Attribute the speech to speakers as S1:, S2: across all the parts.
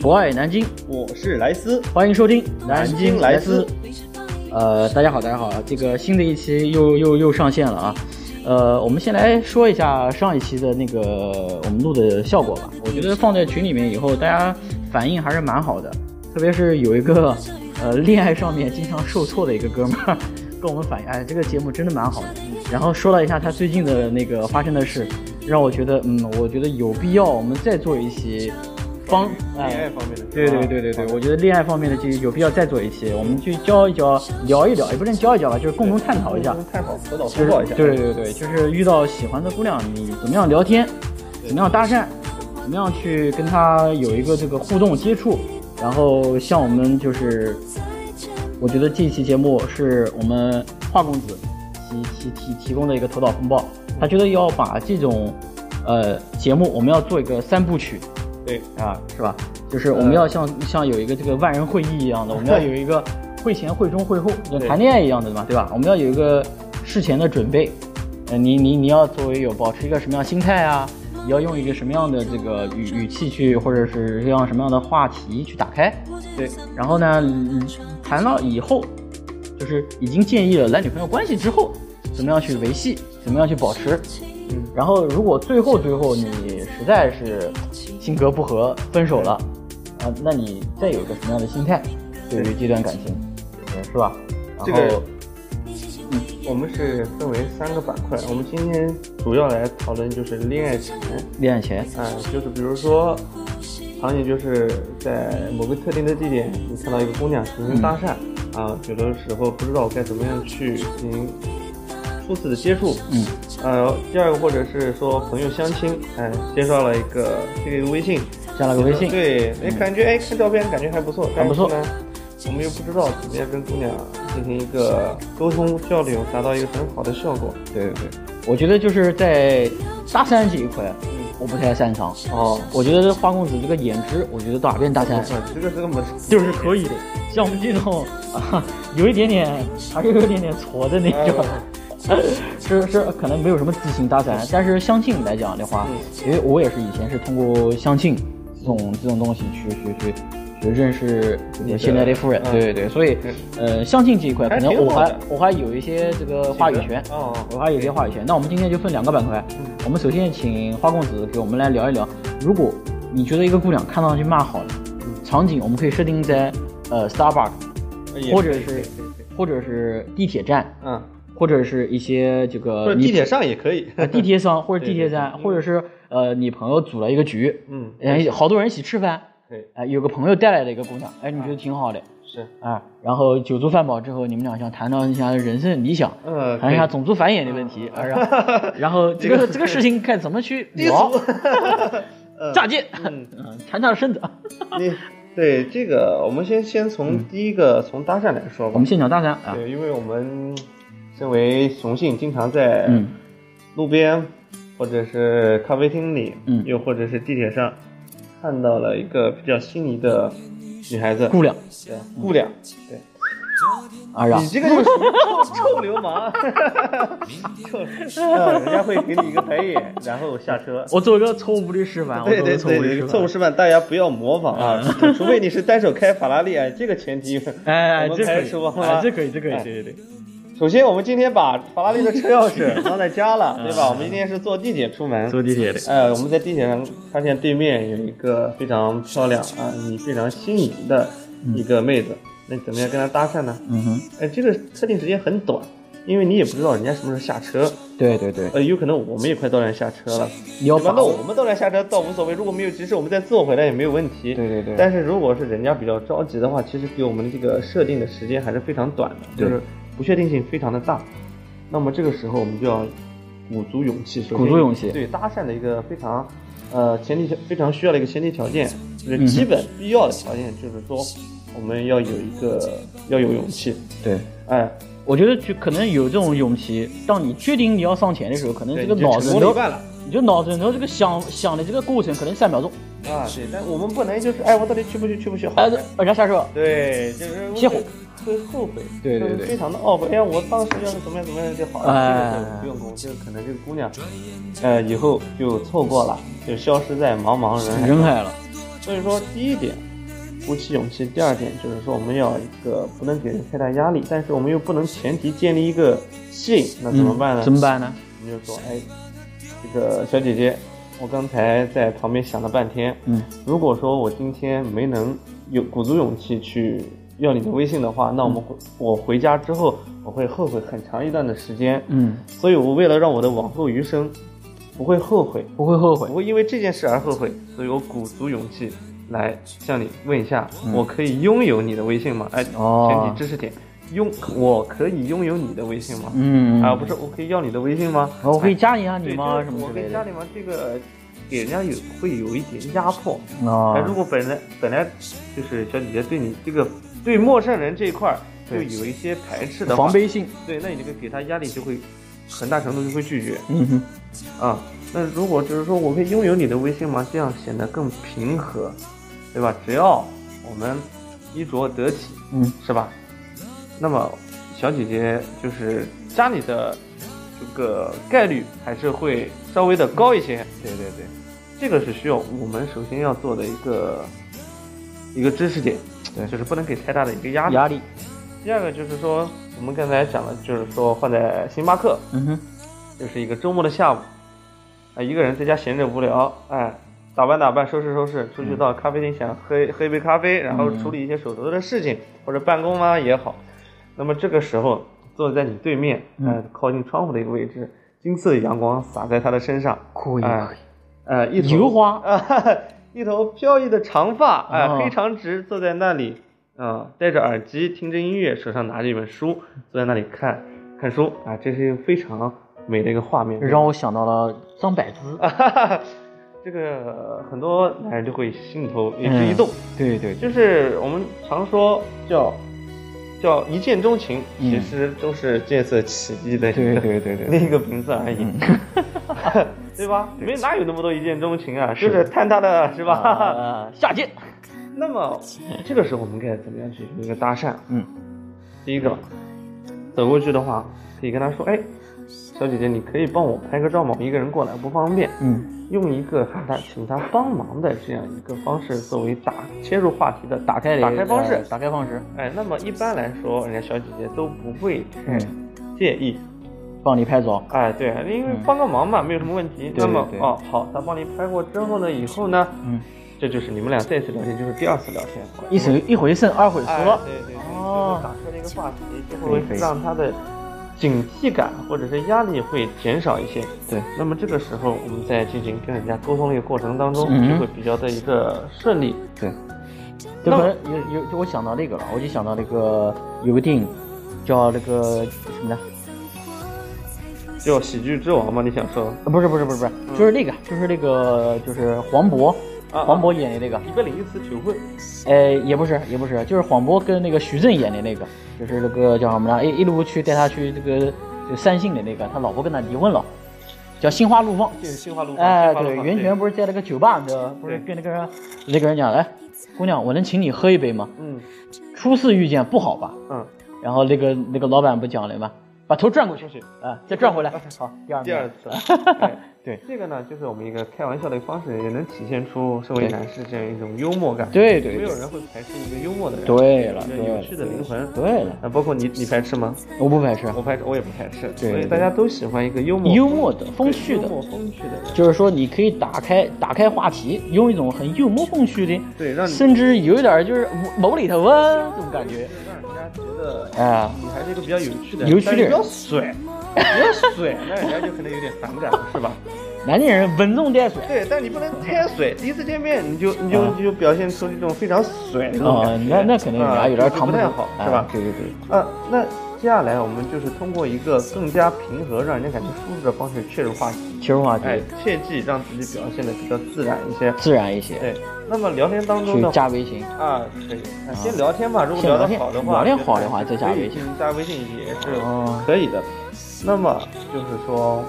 S1: 不爱南京，
S2: 我是莱斯，
S1: 欢迎收听
S2: 南
S1: 京
S2: 京
S1: 莱
S2: 莱斯。
S1: 呃，大家好，大家好，这个新的一期又又又上线了啊。呃，我们先来说一下上一期的那个我们录的效果吧。我觉得放在群里面以后，大家反应还是蛮好的，特别是有一个呃恋爱上面经常受挫的一个哥们儿 跟我们反映，哎，这个节目真的蛮好的。然后说了一下他最近的那个发生的事，让我觉得嗯，我觉得有必要我们再做一期帮哎。
S2: 恋爱方面的，
S1: 对对对对对，我觉得恋爱方面的就有必要再做一期，我们去教一教，聊一聊，也不能教一教吧，就是共同探讨一下，
S2: 探讨辅导
S1: 就
S2: 辅
S1: 是
S2: 导一下，
S1: 啊对对对，就是遇到喜欢的姑娘，你怎么样聊天，怎么样搭讪，怎么样去跟她有一个这个互动接触，然后像我们就是，我觉得这一期节目是我们华公子提提提提供的一个头脑风暴，
S2: 嗯
S1: 他觉得要把这种呃节目我们要做一个三部曲，
S2: 对，呃
S1: 啊，是吧？就是我们要像、像有一个这个万人会议一样的，我们要有一个会前、会中、会后，就
S2: 对
S1: 谈恋爱一样的嘛，对吧？我们要有一个事前的准备，呃，你你你要作为有保持一个什么样心态啊？你要用一个什么样的这个语语气去，或者是用什么样的话题去打开？
S2: 对，
S1: 然后呢，嗯谈到以后，就是已经建议了男女朋友关系之后，怎么样去维系，怎么样去保持。
S2: 嗯
S1: 然后如果最后最后你实在是性格不合分手了，啊，那你再有一个什么样的心态对于这段感情，嗯是吧？
S2: 这
S1: 然
S2: 个嗯
S1: 后
S2: 我们是分为三个板块，我们今天主要来讨论就是恋爱前，
S1: 恋爱前，
S2: 啊、就是比如说场景就是在某个特定的地点，你看到一个姑娘进行搭讪，
S1: 嗯
S2: 啊、有的时候不知道该怎么样去进行初次的接触，
S1: 嗯，
S2: 呃，第二个或者是说朋友相亲，哎、介绍了一个这个微信，
S1: 加了个微信，嗯
S2: 对，哎，感觉哎，看照片感觉还不错，
S1: 还不错
S2: 但是呢。我们又不知道怎么样跟姑娘进行一个沟通交流，达到一个很好的效果。
S1: 对对对，我觉得就是在搭讪这一块，我不太擅长。
S2: 哦，
S1: 我觉得花公子这个颜值，我觉得打遍 大山
S2: 这个这个没
S1: 嗯就是可以的。像我们这种啊，有一点点，还是有一点点挫的那种，
S2: 哎
S1: 是是可能没有什么自信搭讪。但是相亲来讲的话，
S2: 嗯
S1: 因为我也是以前是通过相亲这种这种东西去去去去认识我
S2: 你的
S1: 现在的夫人，
S2: 嗯
S1: 对对对，所以
S2: 对
S1: 呃，相亲这一块可
S2: 嗯还
S1: 能
S2: 挺
S1: 我
S2: 好
S1: 还
S2: 的
S1: 我还有一些这个话语权。
S2: 哦，哦
S1: 我还有一些话语权。那我们今天就分两个板块，
S2: 嗯
S1: 我们首先请花公子给我们来聊一聊，如果你觉得一个姑娘看上去蛮好的，
S2: 嗯
S1: 场景我们可以设定在呃 Starbucks，
S2: 也
S1: 或者
S2: 可以
S1: 是
S2: 可以可以可以
S1: 或者是地铁站，
S2: 哦嗯，
S1: 或者是一些这
S2: 或
S1: 个
S2: 者地
S1: 你
S2: 铁上也 可以。
S1: 呃地铁上或者地铁站，
S2: 对对对
S1: 或者是呃你朋友组了一个局，
S2: 嗯，
S1: 哎好多人一起吃饭，
S2: 对，
S1: 哎有个朋友带来的一个姑娘，哎你觉得挺好的。
S2: 是，
S1: 啊，然后酒足饭饱之后，你们俩想谈到一下人生理想，
S2: 嗯
S1: 谈一下种族繁衍的问题，啊，然后然后这 个这个事情该怎么去 聊？炸界，
S2: 嗯
S1: 嗯，缠缠身子。
S2: 你对这个，我们先先从第一个从搭讪来说
S1: 我
S2: 吧
S1: 们。现场搭讪啊，
S2: 对，因为我们身为雄性，经常在
S1: 嗯
S2: 路边或者是咖啡厅里，
S1: 嗯
S2: 又或者是地铁上，看到了一个比较心仪的女孩子，
S1: 姑娘
S2: 对，姑娘，对。
S1: 啊，然后
S2: 你这个就是属于臭臭流氓，臭， 呃人家会给你一个白眼，然后下车。
S1: 我做一个错误的示范， 我
S2: 对
S1: 做
S2: 对
S1: 个错误的
S2: 对
S1: 示
S2: 对，错误
S1: 范。
S2: 示范大家不要模仿 啊，除非你是单手开法拉利，哎，这个前提。
S1: 哎，哎
S2: 我
S1: 这可
S2: 们开
S1: 以
S2: 始说，
S1: 哎
S2: 吧
S1: 这可以，这可以，
S2: 哎
S1: 对对对，
S2: 首先，我们今天把法拉利的车钥 匙放在家了，对吧？我们今天是坐地铁出门。
S1: 嗯坐地铁的，
S2: 呃，我们在地铁上发现对面有一个非常漂亮啊，你非常心仪的一个妹子，那怎么样跟她搭讪呢？
S1: 嗯哼，
S2: 哎，这个特定时间很短，因为你也不知道人家什么时候下车，
S1: 对对对，
S2: 呃，有可能我们也快到站下车了，
S1: 你要
S2: 对吧？
S1: 把
S2: 那
S1: 握
S2: 我，们到站下车倒无所谓，如果没有急事，我们再坐回来也没有问题。
S1: 对对对，
S2: 但是如果是人家比较着急的话，其实给我们这个设定的时间还是非常短的，
S1: 对
S2: 就是不确定性非常的大。那么这个时候我们就要鼓足勇气，首先
S1: 鼓足勇气
S2: 对搭讪的一个非常呃前提条非常需要的一个前提条件，
S1: 嗯
S2: 就是基本必要的条件，就是说我们要有一个要有勇气，
S1: 对。
S2: 哎，
S1: 我觉得就可能有这种勇气，当你确定你要上前的时候，可能这
S2: 对
S1: 个
S2: 你就
S1: 脑
S2: 成
S1: 子
S2: 功了
S1: 都
S2: 一，半了。
S1: 你就脑子里头这个想想的这个过程，可能三秒钟，
S2: 啊，对，但我们不能就是，哎，我到底去不去，去不去？好
S1: 哎，
S2: 的，
S1: 人家下手，
S2: 对，就是
S1: 歇会儿
S2: 会后悔，
S1: 对对
S2: 就是
S1: 对
S2: 非常的懊悔。哎呀，我当时要是怎么样怎么样就好了。
S1: 哎
S2: 这个就不用功，这个可能这个姑
S1: 哎
S2: 娘，呃，以后就错过了，就消失在茫茫人海。
S1: 人海了。
S2: 所以说，第一点，鼓起勇气；第二点就是说，我们要一个不能给人太大压力，但是我们又不能前提建立一个吸引，那怎么办
S1: 嗯
S2: 呢？
S1: 怎么办呢？
S2: 我们就说，哎，这个小姐姐，我刚才在旁边想了半天，
S1: 嗯，
S2: 如果说我今天没能有鼓足勇气去要你的微信的话，那我们回我回家之后，我会后悔很长一段的时间。
S1: 嗯，
S2: 所以我为了让我的往后余生不会后悔，
S1: 不会后悔
S2: 不。会因为这件事而后悔，所以我鼓足勇气来向你问一下，我可以拥有你的微信吗？哎，
S1: 嗯哦
S2: 前提知识点，拥我可以拥有你的微信吗？
S1: 嗯
S2: 啊，不是，我可以要你的微信吗？哎
S1: 我可以加你啊，你
S2: 对
S1: 吗？
S2: 这个
S1: 什么
S2: 我
S1: 之
S2: 可
S1: 类
S2: 以加
S1: 的。
S2: 你吗？这个给人家有会有一点压迫。哎，
S1: 哦，
S2: 如果本来本来就是小姐姐对你这个对陌生人这一块儿就有一些排斥的
S1: 哦
S2: 话
S1: 防，备性。
S2: 对，那你这个给她压力就会很大程度就会拒绝。
S1: 嗯哼，
S2: 啊，那如果就是说我可以拥有你的微信吗？这样显得更平和，对吧？只要我们衣着得体，
S1: 嗯，
S2: 是吧？那么小姐姐就是加你的这个概率还是会稍微的高一些，
S1: 对对对，
S2: 这个是需要我们首先要做的一个一个知识点，
S1: 对
S2: 就是不能给太大的一个压力。
S1: 压力。
S2: 第二个就是说，我们刚才讲的就是说换在星巴克，
S1: 嗯哼，
S2: 就是一个周末的下午，啊，一个人在家闲着无聊，哎，打扮打扮，收拾收拾，出去到咖啡厅想喝喝一杯咖啡，然后处理一些手头的事情或者办公啊也好。那么这个时候，坐在你对面，呃，靠近窗户的一个位置，金色的阳光洒在他的身上，
S1: 可以
S2: 哎
S1: 可以。
S2: 呃，一头
S1: 油花
S2: 啊， 一头飘逸的长发，哎、
S1: 哦
S2: 非常直，坐在那里，啊、戴着耳机听着音乐，手上拿着一本书，坐在那里看看书，啊、这是一个非常美的一个画面，
S1: 让我想到了张柏芝。
S2: 啊哈哈， 这个很多男人就会心里头为之一动，
S1: 对对对，
S2: 就是我们常说叫叫一见钟情，
S1: 嗯
S2: 其实都是见色起意的一
S1: 对
S2: 个
S1: 对嗯对对
S2: 另一个名字而已， 对 吧？没哪有那么多一见钟情啊，就是看他的是吧？
S1: 啊，下贱。
S2: 那么这个时候我们该怎么样去一个搭讪？
S1: 嗯
S2: 第一个，走过去的话，可以跟他说：“哎，小姐姐，你可以帮我拍个照吗？我一个人过来不方便。”
S1: 嗯，
S2: 用一个喊他请他帮忙的这样一个方式作为打切入话题的打
S1: 打开
S2: 打开方式
S1: 呃。打开方式，
S2: 哎，那么一般来说，人家小姐姐都不会太
S1: 嗯
S2: 介意。
S1: 帮你拍照。
S2: 哎，对，因为帮个忙嘛，没有什么问题。
S1: 对
S2: 那么
S1: 对
S2: 哦，好，他帮你拍过之后呢，以后呢，
S1: 嗯，
S2: 这就是你们俩再次聊天，就是第二次聊天。
S1: 一回一回胜，二回熟
S2: 哎，
S1: 了。
S2: 对对对，
S1: 哦
S2: 就是打开了一个话题，就
S1: 可以
S2: 会
S1: 可以
S2: 让他的警惕感或者是压力会减少一些。
S1: 对，
S2: 那么这个时候，我们在进行跟人家沟通的一个过程当中，
S1: 嗯
S2: 就会比较的一个顺利。
S1: 对，这
S2: 那
S1: 不
S2: 么
S1: 是有有，就我想到那个了，我就想到那个有个电影叫那个什么呢？
S2: 叫喜剧之王嘛，你想说？
S1: 啊不是不是不是不是，就是那个就是那个就是黄渤，
S2: 嗯啊
S1: 黄渤演的那个，
S2: 一百零一次求婚，
S1: 呃也不是也不是，就是黄渤跟那个徐峥演的那个，就是那个叫什么呢？一一路去带他去这个就三信的那个，他老婆跟他离婚了，叫心花怒放。
S2: 这是心花怒放。
S1: 哎，
S2: 心花怒
S1: 对，
S2: 放
S1: 袁泉不是在那个酒吧，你知道吧不是跟那个人那个人讲，哎，姑娘，我能请你喝一杯吗？
S2: 嗯
S1: 初次遇见不好吧？
S2: 嗯，
S1: 然后那个那个老板不讲了吗？把头转过去
S2: 出，去。
S1: 啊，再转回 来。好，第二
S2: 第
S1: 遍
S2: 二 次，哎
S1: 对
S2: 这个呢，就是我们一个开玩笑的方式，也能体现出身为
S1: 对
S2: 男士这样一种幽默感。
S1: 对对
S2: 没有
S1: 对，
S2: 人会排斥一个幽默的人，
S1: 对了
S2: 一个
S1: 对
S2: 有
S1: 了
S2: 趣的灵魂。
S1: 对了，
S2: 啊，包括你，你排斥吗？
S1: 我不排斥，
S2: 我排，斥，我也不排斥。
S1: 对
S2: 所以
S1: 对
S2: 大家都喜欢一个幽默、
S1: 幽默的、风趣
S2: 幽
S1: 的，
S2: 默风趣的人。
S1: 就是说你可以打开打开话题，用一种很幽默风趣的，
S2: 对，让你
S1: 甚至有一点儿就是某里头啊这种感觉，
S2: 让人家觉得哎
S1: 啊，
S2: 你还是一个比较有趣的人，
S1: 有趣的人
S2: 但是不要水，不要水， 那人家就可能有点反感，了，是吧？
S1: 南京人稳重带水
S2: 对，但你不能太水。第一次见面你就你就
S1: 啊
S2: 你就表现出这种非常水的那种
S1: 啊
S2: 感，觉，
S1: 那那可能人家有点
S2: 啊
S1: 儿扛
S2: 就
S1: 住
S2: 太好，是吧
S1: 啊？对对对，
S2: 呃，那接下来我们就是通过一个更加平和、让人家感觉舒服的方式切入话题。
S1: 切入话题
S2: 哎，切记让自己表现的比较自然一些。
S1: 自然一些，
S2: 对，哎那么聊天当中
S1: 去
S2: 的
S1: 加微信，
S2: 啊，可以，啊先聊天吧。如果
S1: 先
S2: 聊
S1: 聊
S2: 得
S1: 天
S2: 好的话，
S1: 聊天
S2: 就是
S1: 好的话
S2: 还是
S1: 再加
S2: 可以
S1: 微信，
S2: 加微信也是
S1: 哦
S2: 可以的。那么就是说，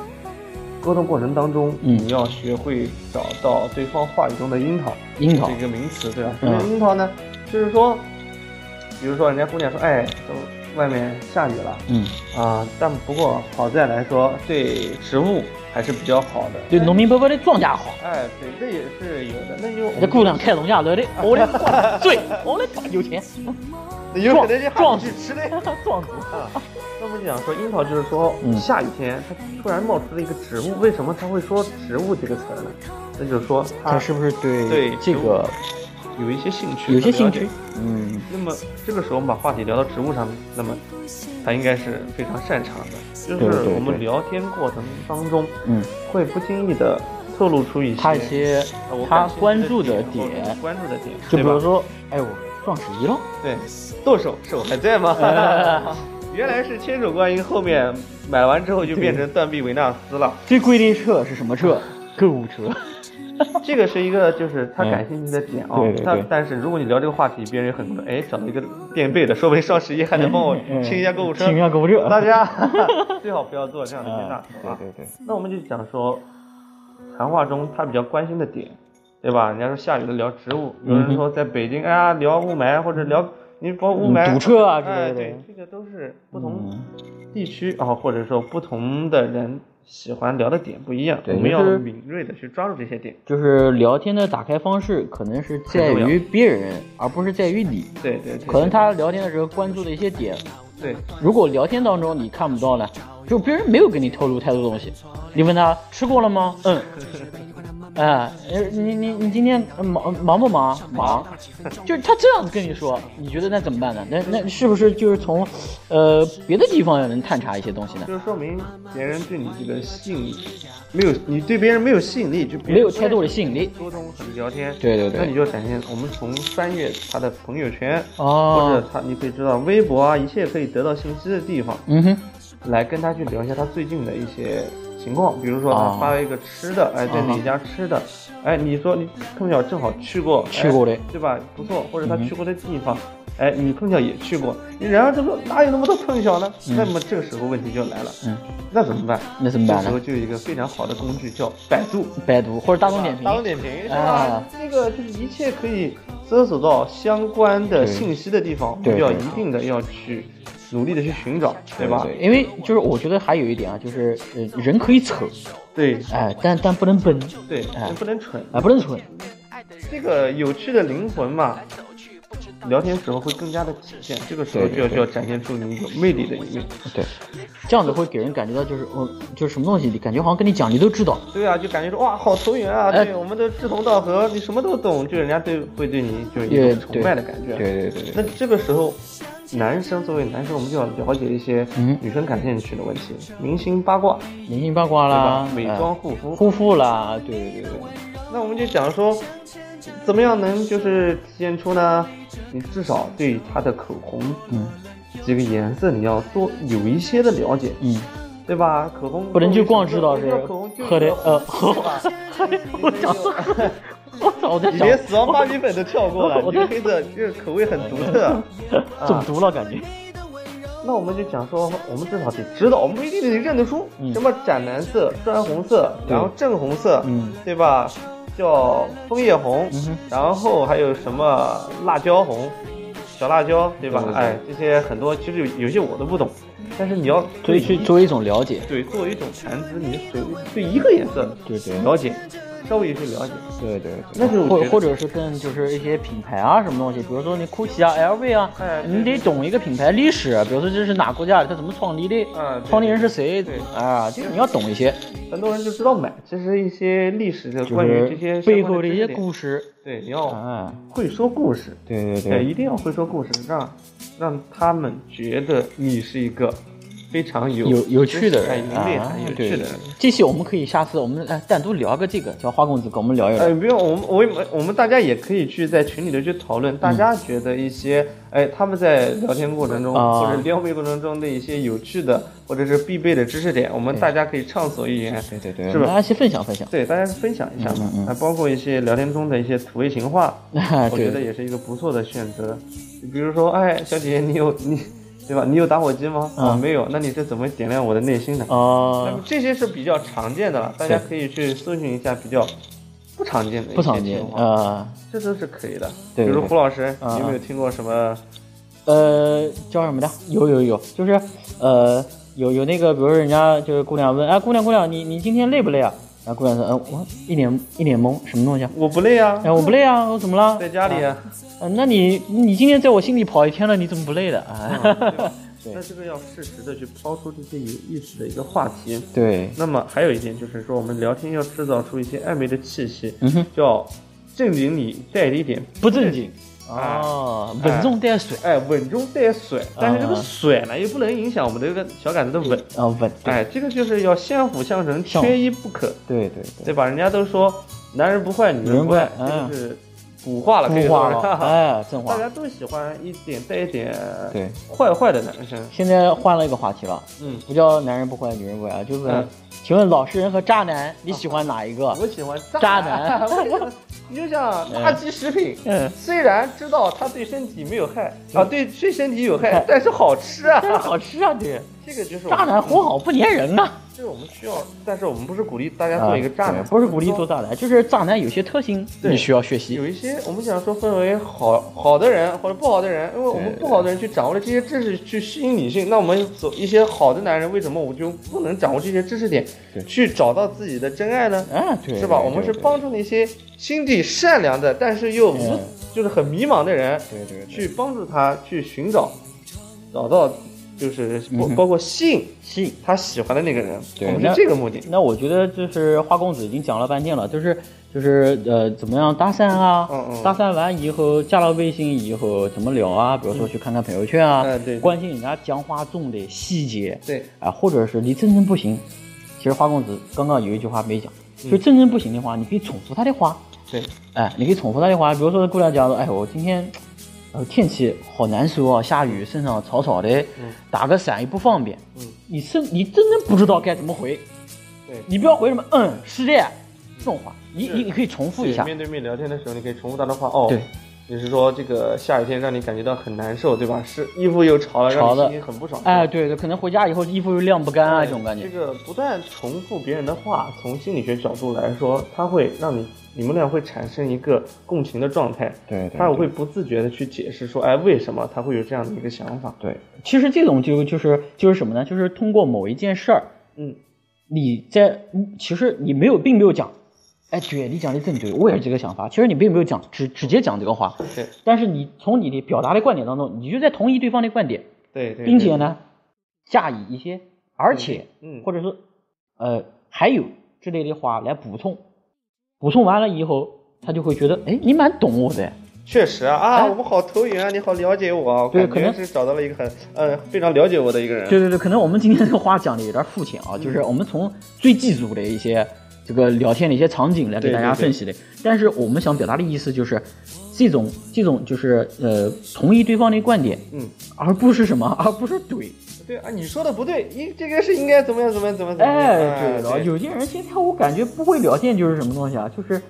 S2: 沟通过程当中，
S1: 嗯
S2: 你要学会找到对方话语中的樱桃，
S1: 樱桃
S2: 这个名词，对吧？什
S1: 嗯
S2: 么是樱桃呢？就是说，比如说人家姑娘说，哎，外面下雨了，
S1: 嗯，
S2: 啊，但不过好在来说对植物还是比较好的。
S1: 对农民伯伯的庄稼好，
S2: 哎，对，这也是有的。那就我
S1: 这
S2: 们
S1: 姑娘开农家乐的，我的哇 对，我的大有钱，
S2: 有可能这
S1: 壮
S2: 还是 吃的呀。
S1: 庄主，
S2: 啊，那我们讲说樱桃，就是说、
S1: 嗯
S2: 下雨天它突然冒出了一个植物，为什么它会说植物这个词儿呢？那就是说它
S1: 他是不是对
S2: 对
S1: 这个
S2: 有一些兴趣，
S1: 有些
S2: 它了
S1: 兴
S2: 解
S1: 趣？嗯，
S2: 那么这个时候我们把话题聊到植物上面，那么他应该是非常擅长的。就
S1: 对对
S2: 是
S1: 对
S2: 我们聊天过程当中，
S1: 嗯，
S2: 会不经意的透露出一些
S1: 他一些
S2: 呃我
S1: 他
S2: 感兴趣的
S1: 关注的
S2: 点，或
S1: 点
S2: 者，关注的点，
S1: 就比如
S2: 对吧
S1: 说，哎，我壮士一愣，
S2: 对剁手手还在吗？
S1: 呃
S2: 原来是千手观音，后面买完之后就变成断臂维纳斯 了。
S1: 最贵的车是什么车？购物车。
S2: 这个是一个就是他感兴趣的点啊
S1: 嗯对对。
S2: 但
S1: 对
S2: 但是如果你聊这个话题，别人有很多哎找到一个垫背的，说不定双十一还能帮我
S1: 嗯
S2: 清一下购物车。
S1: 清一下购物车
S2: 大家 最好不要做这样的一些大
S1: 啊，
S2: 头
S1: 对
S2: 啊。
S1: 对对，
S2: 那我们就讲说，谈话中他比较关心的点，对吧？人家说下雨了聊植物，有
S1: 嗯
S2: 人说在北京啊聊雾霾或者聊你包括雾霾、
S1: 嗯堵车啊之
S2: 哎，
S1: 类
S2: 对
S1: 的，，
S2: 这个都是不同
S1: 嗯
S2: 地区啊、或者说不同的人喜欢聊的点不一样，我
S1: 对
S2: 们
S1: 就
S2: 要
S1: 是
S2: 敏锐的去抓住这些点。
S1: 就是聊天的打开方式可能是在
S2: 很重
S1: 于别人，而不是在于你。
S2: 对对对，
S1: 可能他聊天的时候关注的一些点，
S2: 对
S1: 如果聊天当中你看不到呢，就别人没有给你透露太多东西。你问他吃过了吗？嗯。哎，呃你你你今天呃忙忙不忙？忙，就是他这样子跟你说，你觉得那怎么办呢？那那是不是就是从，呃，别的地方也能探查一些东西呢？
S2: 就是说明别人对你这个吸引没有，你对别人没有吸引力，就别人
S1: 没有太多的吸引力。
S2: 沟通很聊天，
S1: 对对对
S2: 那你就展现我们从翻阅他的朋友圈，或
S1: 哦
S2: 者，他你可以知道微博啊，一切可以得到信息的地方，
S1: 嗯哼，
S2: 来跟他去聊一下他最近的一些情况，比如说
S1: 哦
S2: 他发了一个吃的，哎，在哪家吃的，哎，你说你碰巧正好去过，哎
S1: 去过嗯的
S2: 对吧？不错，或者他去过的地方。哎，你碰巧也去过，然而这个哪有那么多碰巧呢？那么这个时候问题就来了，
S1: 嗯，
S2: 那怎么办？
S1: 那怎么办
S2: 这时候
S1: 呢？
S2: 就有一个非常好的工具叫百度，
S1: 百度或者大众点
S2: 大众
S1: 评，
S2: 点评是吧
S1: 啊？
S2: 这个就是一切可以搜索到相关的信息的地方，我
S1: 对对
S2: 们要
S1: 对
S2: 一定的要去努力的去寻找，对吧？
S1: 因为就是我觉得还有一点啊，就是呃，人可以丑，
S2: 对
S1: 哎，但但不能笨，
S2: 对，
S1: 哎
S2: 人不能蠢。
S1: 啊，不能蠢，
S2: 这个有趣的灵魂嘛，聊天时候会更加的体现。这个时候
S1: 对
S2: 就要
S1: 对对
S2: 就要展现出你有魅力的一面。
S1: 对，这样子会给人感觉到就是，哦，就是什么东西，你感觉好像跟你讲你都知道，
S2: 对啊，就感觉说哇，好投缘啊！
S1: 哎
S2: 对，我们都志同道合，你什么都懂，就人家对会对你就有一
S1: 也
S2: 种崇拜的感觉。
S1: 对对
S2: 那这个时候，男生作为男生，我们就要了解一些
S1: 嗯
S2: 女生感兴趣的问题，明星八卦，
S1: 明星八卦
S2: 对吧
S1: 啦？，
S2: 美
S1: 哎
S2: 妆护肤。
S1: 护肤啦，对对对对，
S2: 那我们就讲说，怎么样能就是体现出呢？你至少对它的口红
S1: 嗯
S2: 几个颜色，你要多有一些的了解，
S1: 嗯，
S2: 对吧？口红
S1: 不能就光知道是
S2: 口红就
S1: 喝的，呃，喝，
S2: 对 吧
S1: 我讲错了，我操，呃 我在
S2: 你
S1: 想
S2: 连死亡芭比粉都跳过了，
S1: 我
S2: 你这个黑色就是口味很独 特。啊
S1: 中毒了感觉，
S2: 那我们就讲说，我们至少得知道，我们不一定得认得出、
S1: 嗯
S2: 什么斩蓝色、砖红色，
S1: 对
S2: 然后正红色，
S1: 嗯
S2: 对吧？叫枫叶红，
S1: 嗯哼
S2: 然后还有什么辣椒红、小辣椒，对吧？
S1: 对对对
S2: 哎，这些很多其实有有些我都不懂，但是你要
S1: 所以去作为一种了解，
S2: 对作为一种谈资，你对对一个颜色
S1: 对对
S2: 了解，稍微有些了解，
S1: 对对，对
S2: 那就
S1: 或
S2: 觉得
S1: 或者是跟就是一些品牌啊什么东西，比如说你 GUCCI 啊、LV 啊
S2: 哎，对
S1: 你得懂一个品牌历史，啊比如说这是哪国家的，它怎么创立的
S2: 嗯，对
S1: 创立人是谁
S2: 对
S1: 啊，这个你要懂一些，
S2: 很多人就知道买，这是一些历史的
S1: 就
S2: 关于这些
S1: 是背后
S2: 的
S1: 的一些
S2: 事，
S1: 故事
S2: 对，你要
S1: 啊，
S2: 会说故事。
S1: 对对
S2: 对，一定要会说故事，让让他们觉得你是一个非常有
S1: 有有趣的
S2: 哎
S1: 人
S2: 有
S1: 啊
S2: 内涵、有，趣
S1: 对
S2: 的人。，
S1: 这些我们可以下次我们哎单独聊个这个，叫花公子，跟我们聊一聊
S2: 呃，。不用，我们我们我们大家也可以去在群里头去讨论，
S1: 嗯
S2: 大家觉得一些、哎他们在聊天过程中、
S1: 啊
S2: 或者撩妹过程中的一些有趣的或者是必备的知识点，我们大家可以畅所欲言。
S1: 对对对
S2: 是吧
S1: 大家一起哎分享分享。
S2: 对，大家分享一下嘛，还包括一些聊天中的一些土味情话，
S1: 嗯啊，
S2: 我觉得
S1: 对，
S2: 也是一个不错的选择。比如说，哎，小姐姐，你有你，对吧？你有打火机吗？
S1: 嗯
S2: 啊，没有，那你是怎么点亮我的内心的？那
S1: 哦
S2: 么，这些是比较常见的了，大家可以去搜寻一下比较不常见的一些
S1: 不常见
S2: 情况，
S1: 啊，
S2: 这都是可以的。
S1: 对
S2: 比如
S1: 对
S2: 胡老师，
S1: 啊
S2: 你有没有听过什么
S1: 呃，叫什么的？有有有，就是呃，有有那个，比如说人家就是姑娘问，哎，姑娘姑娘，你你今天累不累啊？然后姑娘说，呃，我一脸一脸懵，什么东西啊？
S2: 我不累啊，
S1: 哎，我不累啊，我怎么了？
S2: 在家里
S1: 啊。
S2: 啊。
S1: 呃那你你今天在我心里跑一天了，你怎么不累的啊？
S2: 嗯
S1: 对
S2: 那这个要适时的去抛出这些有意思的一个话题。
S1: 对，
S2: 那么还有一点就是说，我们聊天要制造出一些暧昧的气息，
S1: 嗯哼，
S2: 叫正经里带一点
S1: 不正经
S2: 哎
S1: 哦，稳重带水
S2: 哎，稳中带甩，但是这个
S1: 啊
S2: 甩呢，又不能影响我们这个小杆子的稳。
S1: 啊，稳，
S2: 哎，这个就是要相辅相成，
S1: 相
S2: 缺一不可，
S1: 对对对，
S2: 对吧？人家都说男人不坏，女人不爱，
S1: 女人不爱
S2: 这就是古话了，可以
S1: 正
S2: 说
S1: 话
S2: 是。
S1: 嗯了，哎，正话
S2: 大， 家都喜欢一点带一点
S1: 对。
S2: 坏坏的男生。
S1: 现在换了一个话题了，
S2: 嗯，
S1: 不叫男人不坏，女人不爱，就问，
S2: 嗯
S1: 请问老实人和渣男，你喜欢哪一个？
S2: 我喜欢
S1: 渣
S2: 男。
S1: 男
S2: 你就像垃圾食品，
S1: 嗯，
S2: 虽然知道它对身体没有害啊，对对身体有害，但是好吃啊。
S1: 但是好吃啊， 对，
S2: 这个就是我
S1: 嗯渣
S2: 们嗯
S1: 男活好不粘人啊。
S2: 这个我们需要，但是我们不是鼓励大家做一个渣男，
S1: 啊对不是鼓励做渣男，就是渣男有些特性
S2: 对
S1: 你需要学习
S2: 有。一些我们想说分为好好的人或者不好的人，因为我们
S1: 对
S2: 不好的人去掌握了这些知识去吸引女
S1: 嗯
S2: 性，那我们走一些好的男人，为什么我就不能掌握这些知识点
S1: 对，
S2: 去找到自己的真爱呢？
S1: 啊，对，
S2: 是吧？
S1: 对
S2: 我们是
S1: 对
S2: 帮助那些心地善良的，但是又无
S1: 嗯
S2: 就是很迷茫的人，
S1: 对对对
S2: 去帮助他去寻找，找到就是包
S1: 嗯哼
S2: 包括吸引
S1: 吸引。
S2: 他喜欢的那个人，
S1: 对
S2: 我们
S1: 那
S2: 是这个目的。
S1: 那我觉得就是花公子已经讲了半天了，就是就是呃怎么样搭讪啊，
S2: 嗯嗯
S1: 搭讪完以后加了微信以后怎么聊啊？比如说去看看朋友圈啊，
S2: 嗯对
S1: 关心人家讲话中的细节，
S2: 对，
S1: 啊，或者是你真正不行，其实花公子刚刚有一句话没讲，
S2: 嗯
S1: 就真正不行的话，你可以重复他的话，
S2: 对，
S1: 哎，你可以重复他的话，比如说姑娘讲说，哎，我今天，呃，天气好难受哦，下雨，身上潮潮的，打个伞也不方便。
S2: 嗯，
S1: 你真你真的不知道该怎么回，
S2: 对
S1: 你不要回什么嗯是的这种话，你
S2: 是
S1: 你你可以重复
S2: 对
S1: 一下，
S2: 面对面聊天的时候，你可以重复他的话哦。
S1: 对。
S2: 你是说这个下雨天让你感觉到很难受，对吧？是衣服又潮了，让
S1: 潮
S2: 你
S1: 的
S2: 心情很不爽。
S1: 哎，
S2: 对
S1: 对
S2: 吧，
S1: 对，可能回家以后衣服又晾不干啊，这种感觉
S2: 这。个不断重复别人的话，从心理学角度来说，它会让你你们俩会产生一个共情的状态。
S1: 对对
S2: 他会不自觉的去解释说，哎，为什么他会有这样的一个想法？
S1: 对，其实这种就就是就是什么呢？就是通过某一件事儿，
S2: 嗯，
S1: 你在嗯其实你没有，并没有讲，哎，对你讲的真对，我也是这个想法。其实你并没有讲直直接讲这个话，
S2: 对
S1: 但是你从你的表达的观点当中，你就在同意对方的观点，
S2: 对对，
S1: 并且呢，加以一些而且，
S2: 嗯嗯
S1: 或者说呃还有之类的话来补充，补充完了以后，他就会觉得，哎，你蛮懂我的，
S2: 对，确实啊，啊，
S1: 哎
S2: 我们好投缘啊，你好了解我啊，我
S1: 对
S2: 感
S1: 可
S2: 觉
S1: 能
S2: 是找到了一个很呃非常了解我的一个人。
S1: 对对对，可能我们今天这个话讲的有点肤浅啊，就是我们从最基础的一些这个聊天的一些场景来给大家分析的。但是我们想表达的意思就是，这种这种就是呃，同意对方的观点，
S2: 嗯，
S1: 而不是什么，而不是怼。
S2: 对啊，你说的不对，应这个是应该怎么样怎么样怎么样怎么样？
S1: 哎，对
S2: 对
S1: 了，有些人现在我感觉不会聊天就是什么东西啊，就是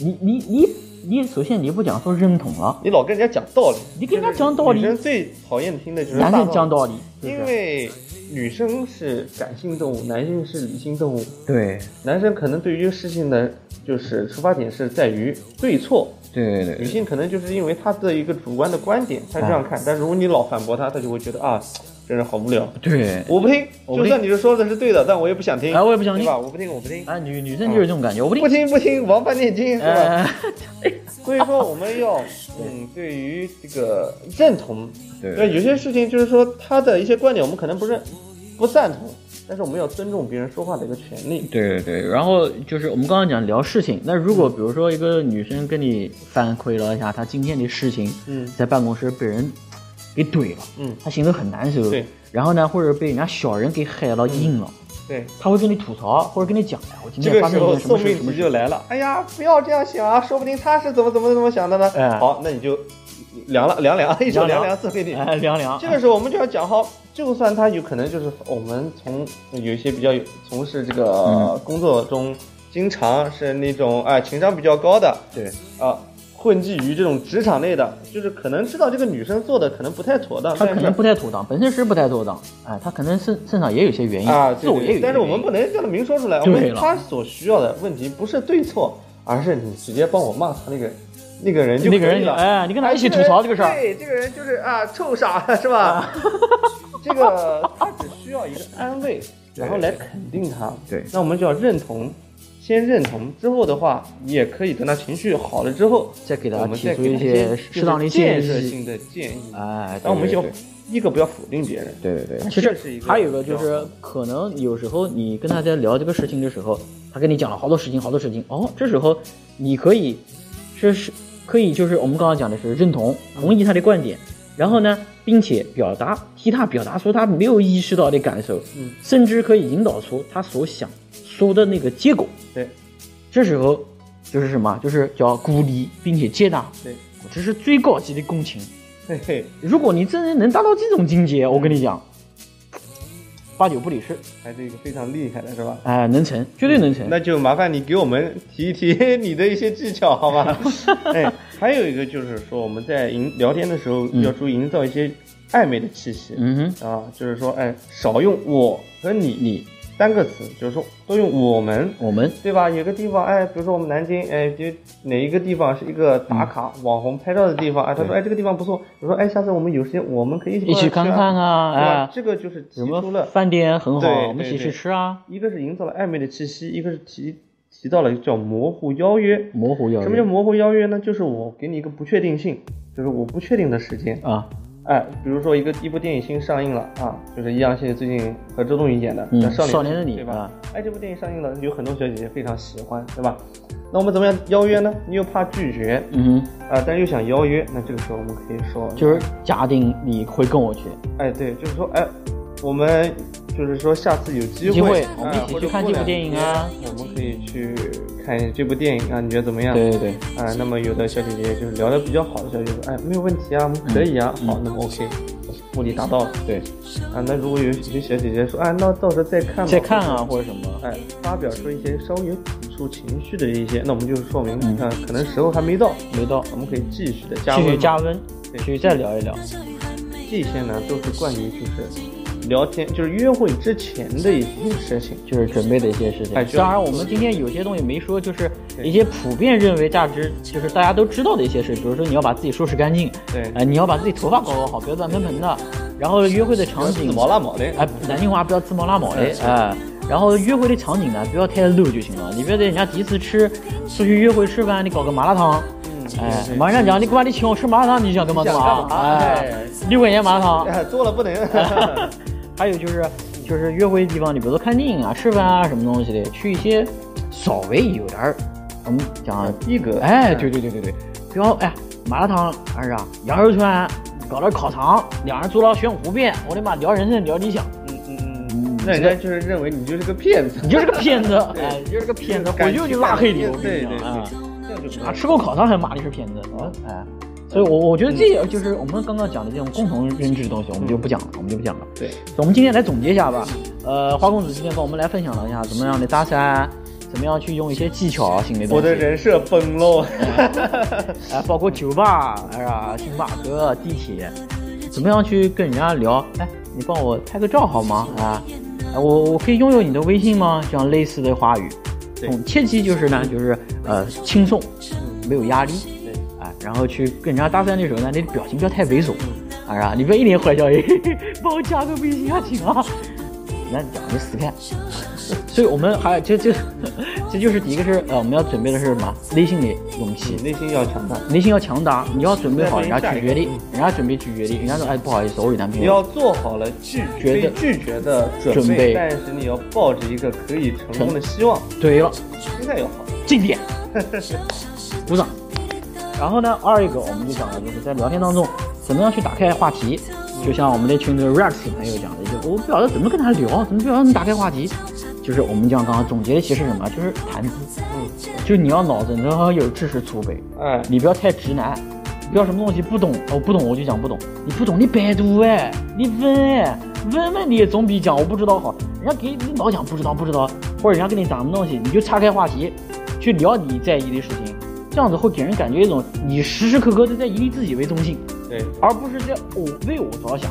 S1: 你你你你，首先你不讲说认同了，
S2: 你老跟人家讲道理，
S1: 你跟人家讲道理
S2: 女生最讨厌听的就是
S1: 男
S2: 大
S1: 人讲道理，
S2: 理，
S1: 是
S2: 因
S1: 不是？
S2: 为女生是感性动物，男性是理性动物，
S1: 对
S2: 男生可能对于一个事情的，就是出发点是在于对错，
S1: 对啊
S2: 女，性可能就是因为她的一个主观的观点，她这样看，但如果你老反驳她，她就会觉得啊，这人好无聊，
S1: 对。
S2: 我不听，
S1: 我不听
S2: 就算你说的是对的，但我也不想听，
S1: 哎，我也不想
S2: 对
S1: 听。
S2: 吧？我不听，我不听，
S1: 哎，女女生就是这种感觉，我不听
S2: 哦不。听不听，王八念经是吧？
S1: 呃，
S2: 所以说我们要，嗯，对于这个认同，
S1: 对
S2: 对有些事情就是说他的一些观点我们可能不认，不赞同，但是我们要尊重别人说话的一个权利。
S1: 对对对，然后就是我们刚刚讲聊事情，那如果比如说一个女生跟你反馈了一下她今天的事情，
S2: 嗯
S1: 在办公室被人给怼了，
S2: 嗯，
S1: 她心里很难受，
S2: 对，
S1: 然后呢，或者被人家小人给害了硬了，
S2: 对。
S1: 她会跟你吐槽，或者跟你讲，哎，我今
S2: 这
S1: 天
S2: 个
S1: 发
S2: 时
S1: 生一
S2: 候
S1: 件什么
S2: 送
S1: 事
S2: 命
S1: 什么
S2: 题
S1: 事
S2: 就来了，哎呀，不要这样想啊，说不定他是怎么怎么怎么想的呢？
S1: 哎
S2: 好，那你就凉了凉凉，一首凉
S1: 凉
S2: 凉送给你。
S1: 哎，凉凉，
S2: 这个时候我们就要讲好，就算他有可能就是我们从有一些比较有从事这个工作中，经常是那种哎情商比较高的
S1: 对，
S2: 啊，混迹于这种职场内的，就是可能知道这个女生做的可能不太妥当，
S1: 她
S2: 但
S1: 可能
S2: 是。
S1: 不太妥当，本身是不太妥当，哎，她可能身身上也有些原因，
S2: 啊，
S1: 自我
S2: 对
S1: 也有些
S2: 对，但是我们
S1: 原因
S2: 不能叫他明说出来。我
S1: 对
S2: 们
S1: 了
S2: 他所需要的问题不是对错，而是你直接帮我骂他那个那个人就
S1: 那个人
S2: 可以
S1: 你
S2: 了
S1: 哎，你跟他
S2: 哎
S1: 一起
S2: 这
S1: 吐
S2: 个
S1: 槽
S2: 人
S1: 这个事儿，啊
S2: 对，这个人就是啊，臭傻是吧？这个他只需要一个安慰，然后来肯定他。
S1: 对
S2: 那我们就要认同，先认同，之后的话也可以等他情绪好了之后，
S1: 再给
S2: 我
S1: 他
S2: 们
S1: 提
S2: 再
S1: 出
S2: 给
S1: 一
S2: 他
S1: 些
S2: 些
S1: 适当的
S2: 建
S1: 建
S2: 设
S1: 议。
S2: 性的建议。啊
S1: 哎，
S2: 但我们
S1: 对
S2: 就
S1: 对
S2: 一个不要否定别人，
S1: 对对对对，
S2: 那
S1: 其
S2: 这是一
S1: 实
S2: 个
S1: 还有一个就
S2: 比较
S1: 是，可能有时候你跟他在聊这个事情的时候，他跟你讲了好多事情，好多事情。哦，这时候你可以，是是，可以就是我们刚刚讲的是认同、同意他的观点，然后呢，并且表达替他表达出他没有意识到的感受，
S2: 嗯
S1: 甚至可以引导出他所想说的那个结果。
S2: 对
S1: 这时候就是什么？就是叫鼓励并且接纳，
S2: 对，
S1: 这是最高级的共情。
S2: 嘿嘿，
S1: 如果你真的能达到这种境界，我跟你讲，八九不离十，
S2: 还是一个非常厉害的是吧？
S1: 哎、能成，绝对能成。
S2: 嗯那就麻烦你给我们提一 提你的一些技巧，好吗？ 哎，还有一个就是说，我们在营聊天的时候要注意营造一些暧昧的气息、
S1: 嗯哼，
S2: 啊，就是说，哎，少用我和你
S1: 你
S2: 单个词，就是说都用我们，
S1: 我们
S2: 对吧？有个地方，哎，比如说我们南京，哎，就哪一个地方是一个打卡、网红拍照的地方啊？他说，
S1: 嗯对
S2: 哎，这个地方不错，我说，哎，下次我们有时间我们可以一
S1: 一
S2: 起过来
S1: 起
S2: 吃啊
S1: 看看啊，
S2: 对吧
S1: 哎、
S2: 这个就是啊提
S1: 什
S2: 出
S1: 么
S2: 了
S1: 饭店很好，
S2: 对
S1: 我们一起
S2: 对
S1: 去
S2: 对
S1: 吃啊。
S2: 一个是营造了暧昧的气息，一个是提提到了叫模糊邀约。
S1: 模糊要
S2: 什么叫模糊邀约呢？就是我给你一个不确定性，就是我不确定的时间。
S1: 啊？
S2: 哎，比如说一个一部电影新上映了啊，就是易烊千玺最近和周冬雨演的
S1: 嗯
S2: 叫《
S1: 少年
S2: 年
S1: 的你
S2: 对
S1: 啊
S2: 吧？哎，这部电影上映了，有很多小姐姐非常喜欢，对吧？那我们怎么样邀约呢？你又怕拒绝
S1: 嗯哼，
S2: 啊，但又想邀约，那这个时候我们可以说，
S1: 就是假定你会跟我去，
S2: 哎，对，就是说，哎，我们就是说下次有机
S1: 机会
S2: 哎
S1: 我们一起
S2: 或
S1: 去
S2: 者
S1: 看
S2: 过
S1: 这部
S2: 两
S1: 电影
S2: 天
S1: 啊
S2: 我们可以去看这部电影啊，你觉得怎么样？
S1: 对对对，
S2: 啊，那么有的小姐姐就是聊得比较好的小姐姐，哎，没有问题啊，我们可以啊，
S1: 嗯
S2: 好，那么 OK，目的达到了
S1: 对，
S2: 啊。那如果有有些小姐姐说，啊，那到时候再看吧，
S1: 再看啊，或者什么，
S2: 哎，发表出一些稍微有抵触情绪的一些，那我们就说明，啊，可能时候还没到，
S1: 没到，
S2: 我们可以继续的加
S1: 继
S2: 温嘛，
S1: 续加温，
S2: 对
S1: 继续再聊一聊。
S2: 这些呢都是关于就是聊天，就是约会之前的一些事情。
S1: 就是准备的一些事情
S2: 哎。就
S1: 当然，我们今天有些东西没说，就是一些普遍认为价值，就是大家都知道的一些事，比如说你要把自己收拾干净，
S2: 对
S1: 呃，你要把自己头发搞搞好，不要乱蓬蓬的。然后约会的场景，
S2: 自毛拉毛的，
S1: 哎，南京话不要自毛拉毛的，哎。然后约会的场景呢，不要太 low 就行了。你不要在人家第一次吃出去约会吃饭，你搞个麻辣烫，哎，马上讲你干嘛？你请我吃麻辣烫，你想干嘛干嘛？
S2: 你想干嘛
S1: 哎
S2: 哎，
S1: 六块钱麻辣烫，
S2: 哎多了不能。
S1: 哎 还有就是就是约会的地方，你比如说看电影啊、吃饭啊什么东西的，去一些稍微有点儿，我们讲，
S2: 逼格，
S1: 哎，对对对对对，不要哎麻辣烫还是啥羊肉串，搞点烤肠，两人坐到玄湖边，我的妈，聊人生聊理想，
S2: 嗯嗯嗯，那人家就是认为你就是个骗子，
S1: 你就是个骗子，哎，你就是个骗子，回去就拉黑你，我跟
S2: 对
S1: 你
S2: 对
S1: 讲
S2: 对
S1: 啊。，
S2: 这样就不
S1: 啊，
S2: 对
S1: 吃过烤肠还骂你是骗子啊，哎，所以我我觉得这也就是我们刚刚讲的这种共同认知的东西，我们就不讲了，我们就不讲了。
S2: 对
S1: 所以我们今天来总结一下吧。呃，花公子今天帮我们来分享了一下怎么样的搭讪，怎么样去用一些技巧啊性的东西，
S2: 我的人设崩喽。
S1: 哎，包括酒吧，哎呀，星巴克、地铁，怎么样去跟人家聊？哎，你帮我拍个照好吗？啊，哎我我可以拥有你的微信吗？这样类似的话语，
S2: 对
S1: 嗯，切记就是呢，就是呃轻松，没有压力，
S2: 对
S1: 啊，然后去跟人家搭讪的时候呢，你的表情不要太猥琐，
S2: 嗯
S1: 啊，然后你不要一脸坏笑，嘿嘿嘿 帮我加个微信啊，请啊，那讲你死看。 所以我们还这 这这就是第一个是呃，我们要准备的是什么？内心的勇气
S2: 你，内心要强大，
S1: 内心要强大，你要准备好人家拒绝
S2: 再
S1: 的
S2: 一个嗯，
S1: 人家准备拒绝的，人家说哎不好意思，我有男朋
S2: 你
S1: 友
S2: 要。做好了拒
S1: 觉
S2: 被
S1: 得
S2: 拒绝的准
S1: 准备
S2: 备，但是你要抱着一个可以成功的希望，
S1: 对了，
S2: 心态要好。
S1: 进点，鼓掌。然后呢，二一个我们就讲了，就是在聊天当中怎么样去打开话题，就像我们那群的 Rex 朋友讲的，就我哦不晓得怎么跟他聊，怎么不晓得能打开话题，就是我们讲刚刚总结的其实是什么，就是谈资，
S2: 嗯，
S1: 就是你要脑子，你要有知识储备，
S2: 哎，
S1: 你不要太直男，不要什么东西不懂，哦不懂我就讲不懂，你不懂你百度哎，你问哎，问问你总比讲我不知道好。人家给你老讲不知道不知道，或者人家跟你讲什么东西，你就岔开话题，去聊你在意的事情，这样子会给人感觉一种你时时刻刻都在以你自己为中心，
S2: 对，
S1: 而不是在我为我着想，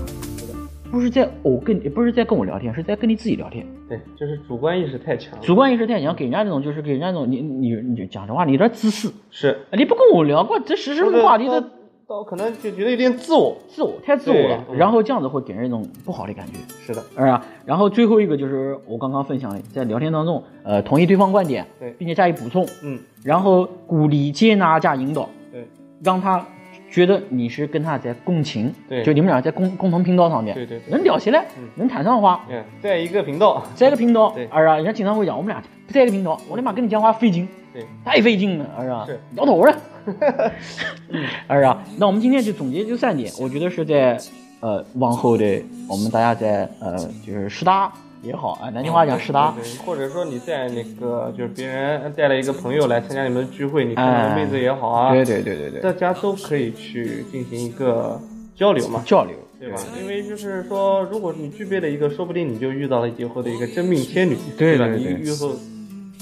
S1: 不是在我跟不是在跟我聊天，是在跟你自己聊天。
S2: 对，就是主观意识太强了，
S1: 主观意识太强，给人家这种就是给人家那种你你你讲实话，你有点自私。哎
S2: 是
S1: 你不跟我聊过这时事
S2: 说得
S1: 话题
S2: 到
S1: 的
S2: 到可能就觉得有点自我。
S1: 自我太自我了，
S2: 对嗯
S1: 然后这样子会给人一种不好的感觉。
S2: 是的，
S1: 啊，然后最后一个就是我刚刚分享的，在聊天当中，呃，同意对方观点，
S2: 对
S1: 并且加以补充，
S2: 嗯，
S1: 然后鼓励、接纳加引导，
S2: 对，
S1: 让他觉得你是跟他在共情，
S2: 对
S1: 就你们俩在共共同频道上面，
S2: 对对对
S1: 能聊起来，
S2: 嗯
S1: 能谈上话，
S2: 嗯，在一个频道，
S1: 在一个频道，
S2: 对
S1: 啊，人家经常会讲我们俩不在一个频道，我他妈跟你讲话费劲，
S2: 对，
S1: 太费劲了，儿啊
S2: 是，
S1: 摇头了。儿啊，那我们今天就总结就三点，我觉得是在呃往后的我们大家在呃就是师大也好啊，南京话讲师大
S2: 对，对或者说你在那个就是别人带了一个朋友来参加你们的聚会，你看到
S1: 哎
S2: 的妹子也好啊，
S1: 对对对对对，
S2: 大家都可以去进行一个交流嘛，
S1: 交流
S2: 对吧？因为就是说，如果你具备了一个，说不定你就遇到了以后的一个真命天女，
S1: 对
S2: 吧？
S1: 对
S2: 你
S1: 对
S2: 遇后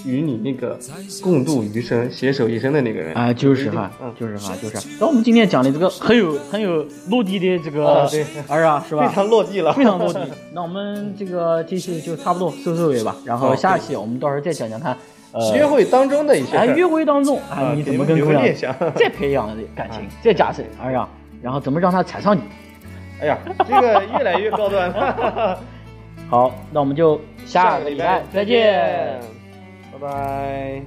S2: 与你那个共度余生、携手一生的那个人
S1: 啊，就是哈
S2: 嗯，
S1: 就是哈，就是哈。那我们今天讲的这个很有很有落地的这个
S2: 啊对
S1: 儿啊，是吧？
S2: 非常落地 了，
S1: 非常落地。那我们这个这期就差不多收收尾吧，然后
S2: 好
S1: 下期我们到时候再讲讲看，呃，
S2: 约会当中的一些 事
S1: 哎，
S2: 儿
S1: 约会当 中，哎，
S2: 啊
S1: 你怎
S2: 给
S1: 么
S2: 你们
S1: 跟
S2: 留
S1: 姑
S2: 个
S1: 娘
S2: 念想
S1: 再培养感情，再加深，哎呀，然后怎么让她缠上你？
S2: 哎呀，这个越来越高端了。
S1: 好，那我们就下
S2: 下
S1: 个
S2: 个
S1: 礼
S2: 礼
S1: 拜
S2: 拜
S1: 再
S2: 再
S1: 见
S2: 见。，拜拜。